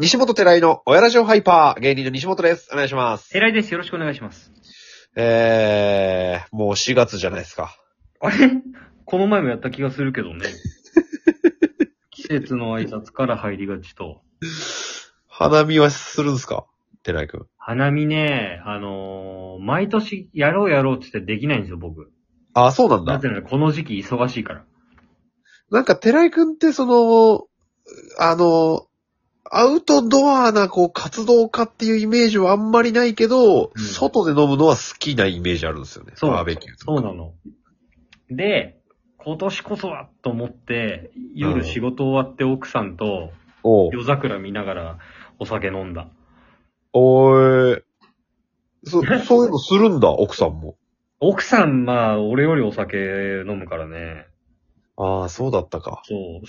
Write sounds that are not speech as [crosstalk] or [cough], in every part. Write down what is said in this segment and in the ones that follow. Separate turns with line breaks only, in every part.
西本寺井の親ラジオハイパー、芸人の西本です。お願いします。
偉いです。よろしくお願いします。
えー、もう4月じゃないですか。
あれこの前もやった気がするけど [laughs] ね。季節の挨拶から入りがちと。
花見はするんですか寺井くん。
花見ね、あのー毎年やろうやろうって言ってできないんですよ、僕。
あ、そうなん
な
だ。
ぜならこの時期忙しいから。
なんか寺井くんってその、あの、アウトドアなこう活動家っていうイメージはあんまりないけど、
うん
外で飲むのは好きなイメージあるんですよね。
そう
バーベキューとか
そうなの。で、今年こそはと思って、
うん
夜仕事終わって奥さんと
おう
夜桜見ながらお酒飲んだ。
おー
[laughs]
そ、そういうのするんだ、奥さんも。
奥さん、まあ、俺よりお酒飲むからね。
ああ、そうだったか。
そう。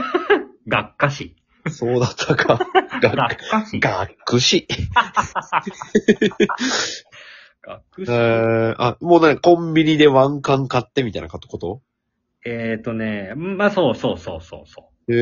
[laughs] がっかし。
そうだった
[laughs]
か。
がっ
が、
かし。
がっくし。
がっく
え
し。
ー、あ、もうね、コンビニでワンカン買ってみたいなこと
えっ、ー、とね、まあそうそうそうそうそ
え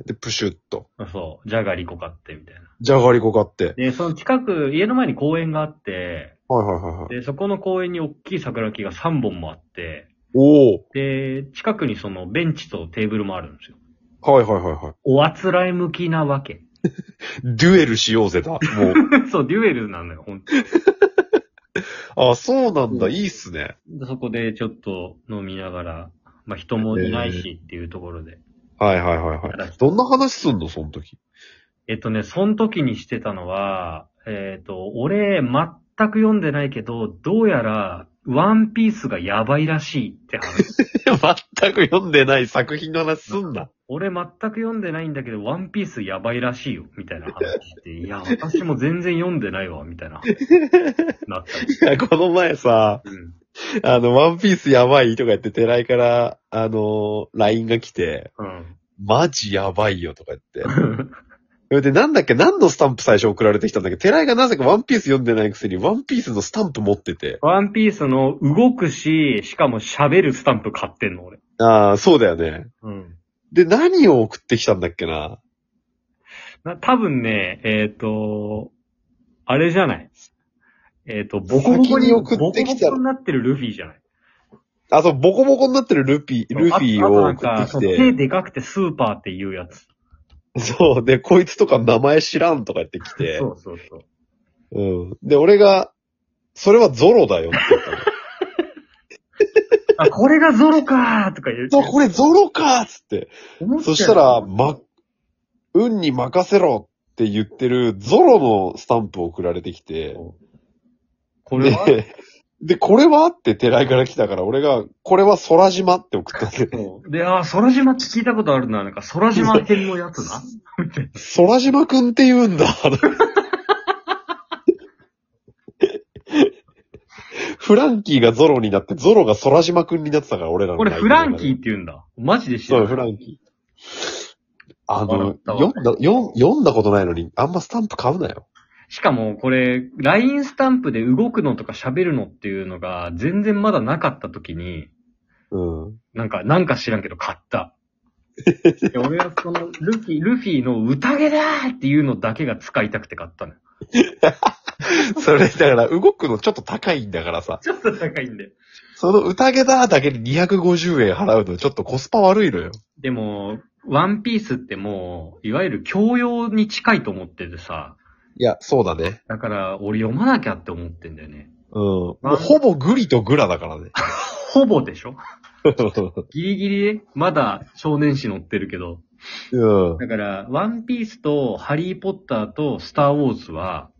ー、で、プシュッと。
う。そう。じゃがりこ買ってみたいな。
じゃがりこ買って。
で、その近く、家の前に公園があって、
はいはいはいはい。
で、そこの公園に大きい桜木が3本もあって、
おー。
で、近くにそのベンチとテーブルもあるんですよ。
はいはいはいはい。
おあつらい向きなわけ。 [laughs]
デュエルしようぜだ。も
そう、デュエルなのよ、ほんと
[laughs] う。あ、そうなんだ。
うん
いいっすね。
でそこでちょっと飲みながら、まあ人もいないしっていうところで。
はいはいはいはい。どんな話すんのその時。
えっとね、その時にしてたのは、えっ、と、俺、全く読んでないけど、どうやら、ワンピースがやばいらしいって話。
[laughs] 全く読んでない作品の話すんな。
俺、全く読んでないんだけど、ワンピースやばいらしいよ、みたいな話して。いや、私も全然読んでないわ、みたいな話になったり。
いや、この前さ、
うん。
あの、ワンピースやばいとか言って、寺井から、あの、LINE が来て、マジやばいよとか言って。
うん。
それで、なんだっけ、何のスタンプ最初送られてきたんだっけ寺井がなぜかワンピース読んでないくせに、ワンピースのスタンプ持ってて。
ワンピースの動くし、しかも喋るスタンプ買ってんの、俺。
ああ、そうだよね。
うん。
で、何を送ってきたんだっけな。
な、多分ね、えっ、と、あれじゃない。えっ、と、ボコボコ
先
に、
に送ってきた
ボコボコになってるルフィじゃない。
あ、そう、ボコボコになってるルピ、ルフィ
あと
を
な
送
んか、そ
っ
の
て
手
き
でかくてスーパーっていうやつ。
て、そう、で、こいつとか名前知らんとか言ってきて
そ、うそうそう。
うん。で、俺が、それはゾロだよって言った
[laughs]
の。
あ、これがゾロかーとか言う。
そう、これゾロかーっつって。
思っちゃ
そうしたら、、ま、運に任せろって言ってるゾロのスタンプを送られてきて、
これは、
で、で、これはって寺井から来たから、俺が、これは空島って送ったんで、
そうで、あー、空島って聞いたことあるな。なんか、空島編のやつな。
空島くんって言うんだ。 [laughs] フランキーがゾロになって、ゾロが空島くんになってたから、俺らの
これ、
中で。
フランキーって言うんだ。マジで知
そ
らな
う、
い
フランキー。あ
笑
の、
ったわ
読んだ、読ん読んだことないのに、あんまスタンプ買うなよ。
しかも、これ、LINE スタンプで動くのとか喋るのっていうのが、全然まだなかった時に、
うん。
なんか、なんか知らんけど買った。で俺はその、ルフィ、ルフィの宴だーっていうのだけが使いたくて買ったの。
[laughs] それ、だから、動くのちょっと高いんだからさ、
ちょっと高いんで。
その宴だだけに250円払うの、ちょっとコスパ悪いのよ。
でも、ワンピースってもう、いわゆる教養に近いと思っててさ、
いや、そうだね。
だから、俺読まなきゃって思ってんだよね。
うん。もうほぼグリとグラだからね。 [laughs]
ほぼでしょギリギリで、まだ少年誌載ってるけど。
うん。
だから、ワンピースと、ハリーポッターと、スターウォーズは、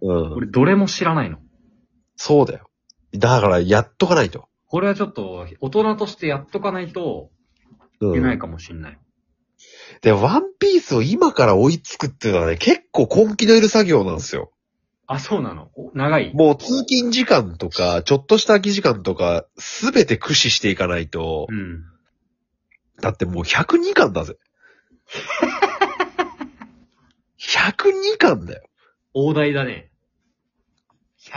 うん。
俺どれも知らないの。
そうだよ。だから、やっとかないと。
これはちょっと、大人としてやっとかないと、いけ
う
ない
ん。
かもしんない。
で、ワンピースを今から追いつくっていうのはね、結構根気のいる作業なんですよ。
あ、そうなのお長い。
もう通勤時間とか、ちょっとした空き時間とか、すべて駆使していかないと
う、ん。
だってもう102巻
[laughs]
だぜ。102巻だよ。
大台だね。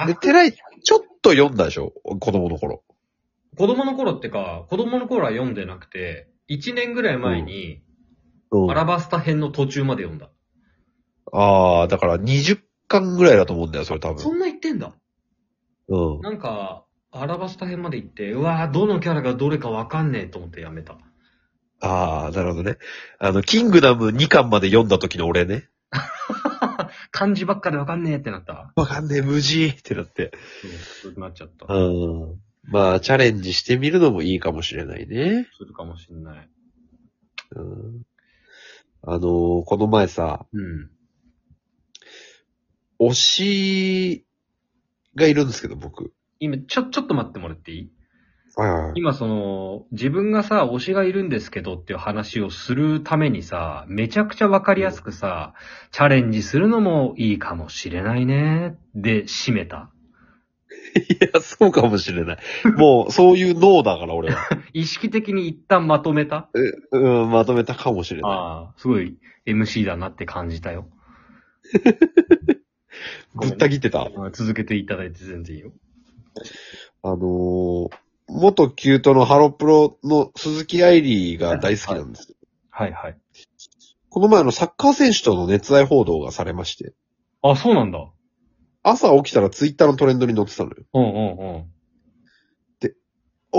で、
100
寺井、ちょっと読んだでしょ子供の頃。
子供の頃ってか、子供の頃は読んでなくて、1年ぐらい前に、
う
アラバスタ編の途中まで読んだ。
ああ、だから20巻ぐらいだと思うんだよ、それ多
そ
分。
んな言ってんだ。
うん。
なんか、アラバスタ編まで行って、うわぁ、どのキャラがどれかわかんねえと思ってやめた。
ああ、なるほどね。あの、キングダム2巻まで読んだ時の俺ね。
漢字ばっかでわかんねえってなった。
わかんねえ、無事ってなって。
そうなっちゃった。
うん。まあ、チャレンジしてみるのもいいかもしれないね。
するかもしんない。
うん。あのーこの前さ、
うん。
推しがいるんですけど、僕。
今、ちょ、ちょっと待ってもらっていい
はいはいはい。
今その、自分がさ、推しがいるんですけどっていう話をするためにさ、めちゃくちゃわかりやすくさ、チャレンジするのもいいかもしれないね。で、締めた。
いや、そうかもしれない。もう、そういう脳だから、俺は。
意識的に一旦まとめた
うん、まとめたかもしれない。
ああ、すごい MC だなって感じた [laughs] よ。
ぶった切ってた。
うん続けていただいて全然いいよ。
あのー元キュートのハロプロの鈴木愛理が大好きなんです。
はいはい。
この前あのサッカー選手との熱愛報道がされまして、
あ、そうなんだ。
朝起きたらツイッターのトレンドに載ってたのよ。
うんうんうん。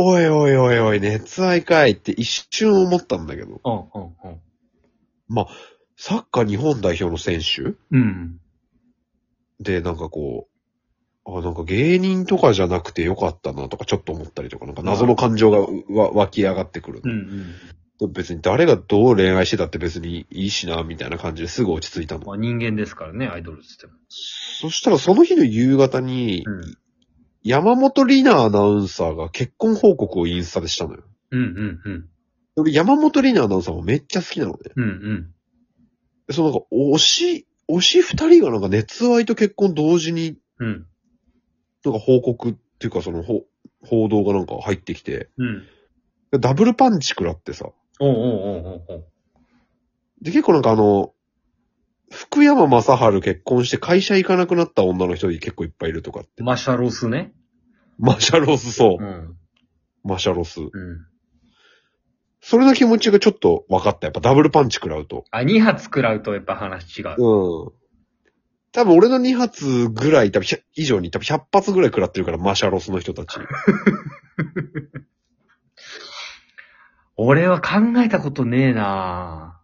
おいおいおいおい、熱愛かいって一瞬思ったんだけど、
うんうん
サッカー日本代表の選手
うん。うん。
で、なんかこう、あ、なんか芸人とかじゃなくてよかったなとかちょっと思ったりとか、なんか謎の感情がうわ湧き上がってくる
う。んうん。
別に誰がどう恋愛してたって別にいいしな、みたいな感じですぐ落ち着いたの。
まあ人間ですからね、アイドルっつっても。
そしたらその日の夕方に、
うん
山本里奈アナウンサーが結婚報告をインスタでしたのよ。
うんうんうん。
俺山本里奈アナウンサーもめっちゃ好きなのね。
うんうん。
でそのなんか、推し、推し二人がなんか熱愛と結婚同時に、
うん。
なんか報告っていうかその報報道がなんか入ってきて、
うん。
ダブルパンチ食らってさ。
おうおうおうおうおう。
で、結構なんかあの、福山雅治結婚して会社行かなくなった女の人結構いっぱいいるとかって。
マシャロスね。
マシャロス、そうう。
ん。
マシャロス。
うん。
それの気持ちがちょっと分かった。やっぱダブルパンチ食らうと。
あ、2発食らうとやっぱ話違う。
うん。多分俺の2発ぐらい、多分100以上に多分100発ぐらい食らってるから、マシャロスの人たち。
俺は考えたことねえな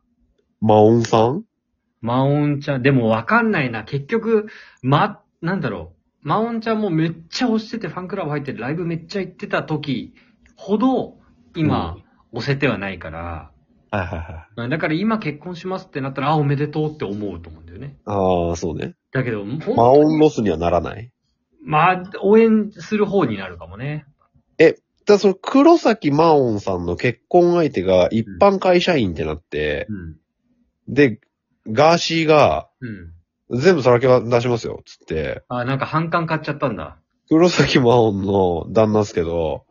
マオンさん
マオンちゃん、でもわかんないな。結局、ま、なんだろう。マオンちゃんもめっちゃ推しててファンクラブ入っててライブめっちゃ行ってた時ほど、今、推せてはないから。
はいはいはい。
だから今結婚しますってなったら、あ、おめでとうって思うと思うんだよね。
ああ、そうね。
だけど、ほん
マオンロスにはならない。
まあ、応援する方になるかもね。
だからその黒崎マオンさんの結婚相手が一般会社員ってなって、
うん。
で、ガーシーが、
うん。
全部さらけは出しますよ、つって、
あ、なんか反感買っちゃったんだ。
黒崎マオンの旦那っすけど、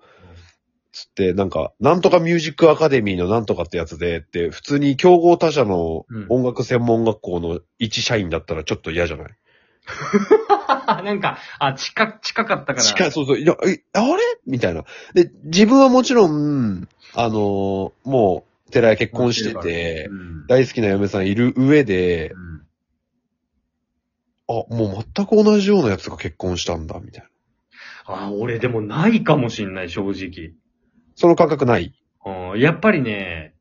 つって、なんか、なんとかミュージックアカデミーのなんとかってやつで、って、普通に競合他社の
うん
音楽専門学校の一社員だったらちょっと嫌じゃない、
[laughs] なんか、あ、近、近かったから。
近い、そうそう、いや、えあれみたいな。で、自分はもちろん、あのーもう、寺屋結婚してて、
うん。
大好きな嫁さんいる上で
う、ん
あ、もう全く同じようなやつが結婚したんだ、みたいな。
あ、俺でもないかもしんない、正直。
その感覚ない
うんやっぱりね、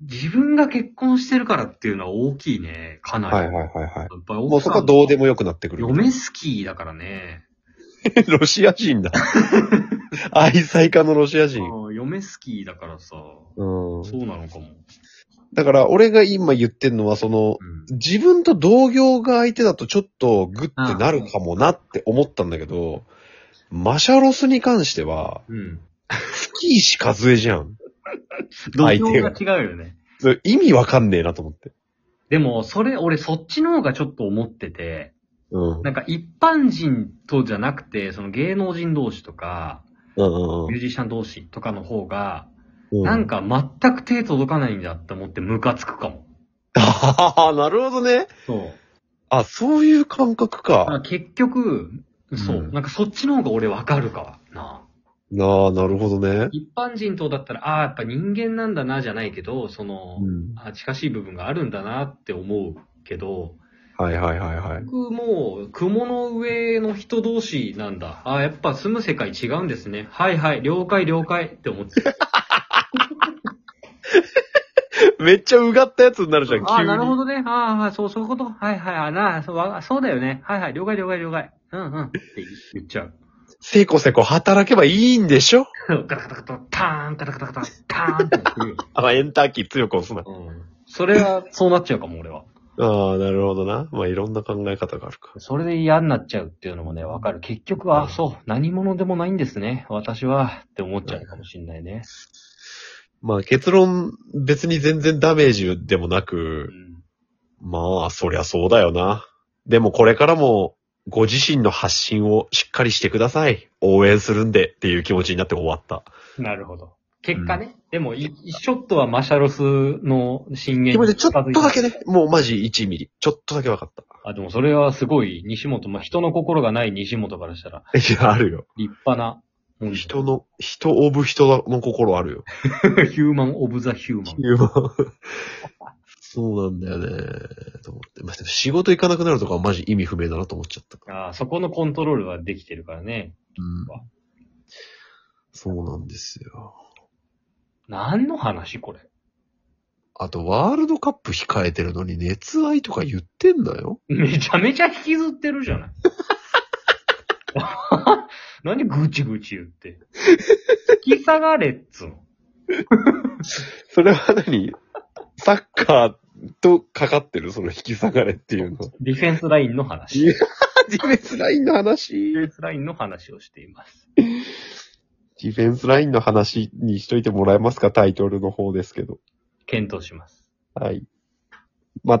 自分が結婚してるからっていうのは大きいね、かなり。
はい
や
はいはいはい。
っぱり
もう
奥
そ
さん
こはどうでもよくなってくる。
嫁好きだからね。
[laughs] ロシア人
[laughs]
だ。愛妻家のロシア人。
うん嫁好きだからさ、
うん。
そうなのかも。
だから、俺が今言ってんのは、その、
うん
自分と同業が相手だとちょっとグッてなるかもなって思ったんだけど、マシャロスに関しては、
うん。
吹石和恵じゃん。
度
相手
胸
が
が違うよね。
それ意味わかんねえなと思って。
でも、それ、俺そっちの方がちょっと思ってて、
うん。うん
なんか一般人とじゃなくて、その芸能人同士とか、
うん
ミュージシャン同士とかの方が、
うん。
なん。か全く手届かないんだって思ってムカつくかも。
ああ、なるほどね。
そう。
あ、そういう感覚
まあ、
か。
結局、そう、
うん
なんかそっちの方が俺わかるかな。
なあ、なるほどね。
一般人とだったら、ああ、やっぱ人間なんだな、じゃないけど、その、
うん。
あ近しい部分があるんだなって思うけど、
はいはいはいはい。
僕もう、雲の上の人同士なんだ。あやっぱ住む世界違うんですね。はいはい、了解了解って思ってた。
めっちゃうがったやつになるじゃん、急に。
あなるほどね。ああ、そう、そういうこと。はいはい、あなあそうわそうだよね。はいはい、了解了解了解。うんうん。って言っちゃう。
せこせこ働けばいいんでしょ
ガタガタガタ、ターン、ガタガタガタ、ターンって言うよ。
あ、まあ、エンターキー強く押すな。
うん。それは、そうなっちゃうかも、俺は。
ああ、なるほどな。まあ、いろんな考え方があるか。
それで嫌になっちゃうっていうのもね、わかる。結局は、あそう、何者でもないんですね。私は、って思っちゃうかもしんないね。
まあ、結論、別に全然ダメージでもな
う
く、
ん。
まあ、そりゃそうだよな。でもこれからも、ご自身の発信をしっかりしてください。応援するんでっていう気持ちになって終わった。
なるほど。結果ね。でも、いちょっとはマシャロスの震
気
源
持
に
ち、ちょっ
近づいた
とだけね。もうマジ1ミリ。ちょっとだけ分かった。
あ、でもそれはすごい、西本、まあ、人の心がない西本からしたら、
いや、あるよ。
立派な、うん [laughs]
人の、人オブ人の心あるよ。
ヒューマン・オブ・ザ・ヒューマン。
そうなんだよね。と思って。まあ、仕事行かなくなるとかはマジ意味不明だなと思っちゃった。
[laughs] あーそこのコントロールはできてるからね。
うん。そうなんですよ。
何の話これ。 [laughs]
あと、ワールドカップ控えてるのに熱愛とか言ってんだよ。
めちゃめちゃ引きずってるじゃない。 [laughs] 何ぐちぐち言って。引き下がれっつうの。
それは何サッカーとかかってるその引き下がれっていうの。
ディフェンスラインの話。 [laughs]
いやディフェンスラインの話
ディフェンスラインの話をしています。
ディフェンスラインの話にしといてもらえますかタイトルの方ですけど。
検討します。
はい。また。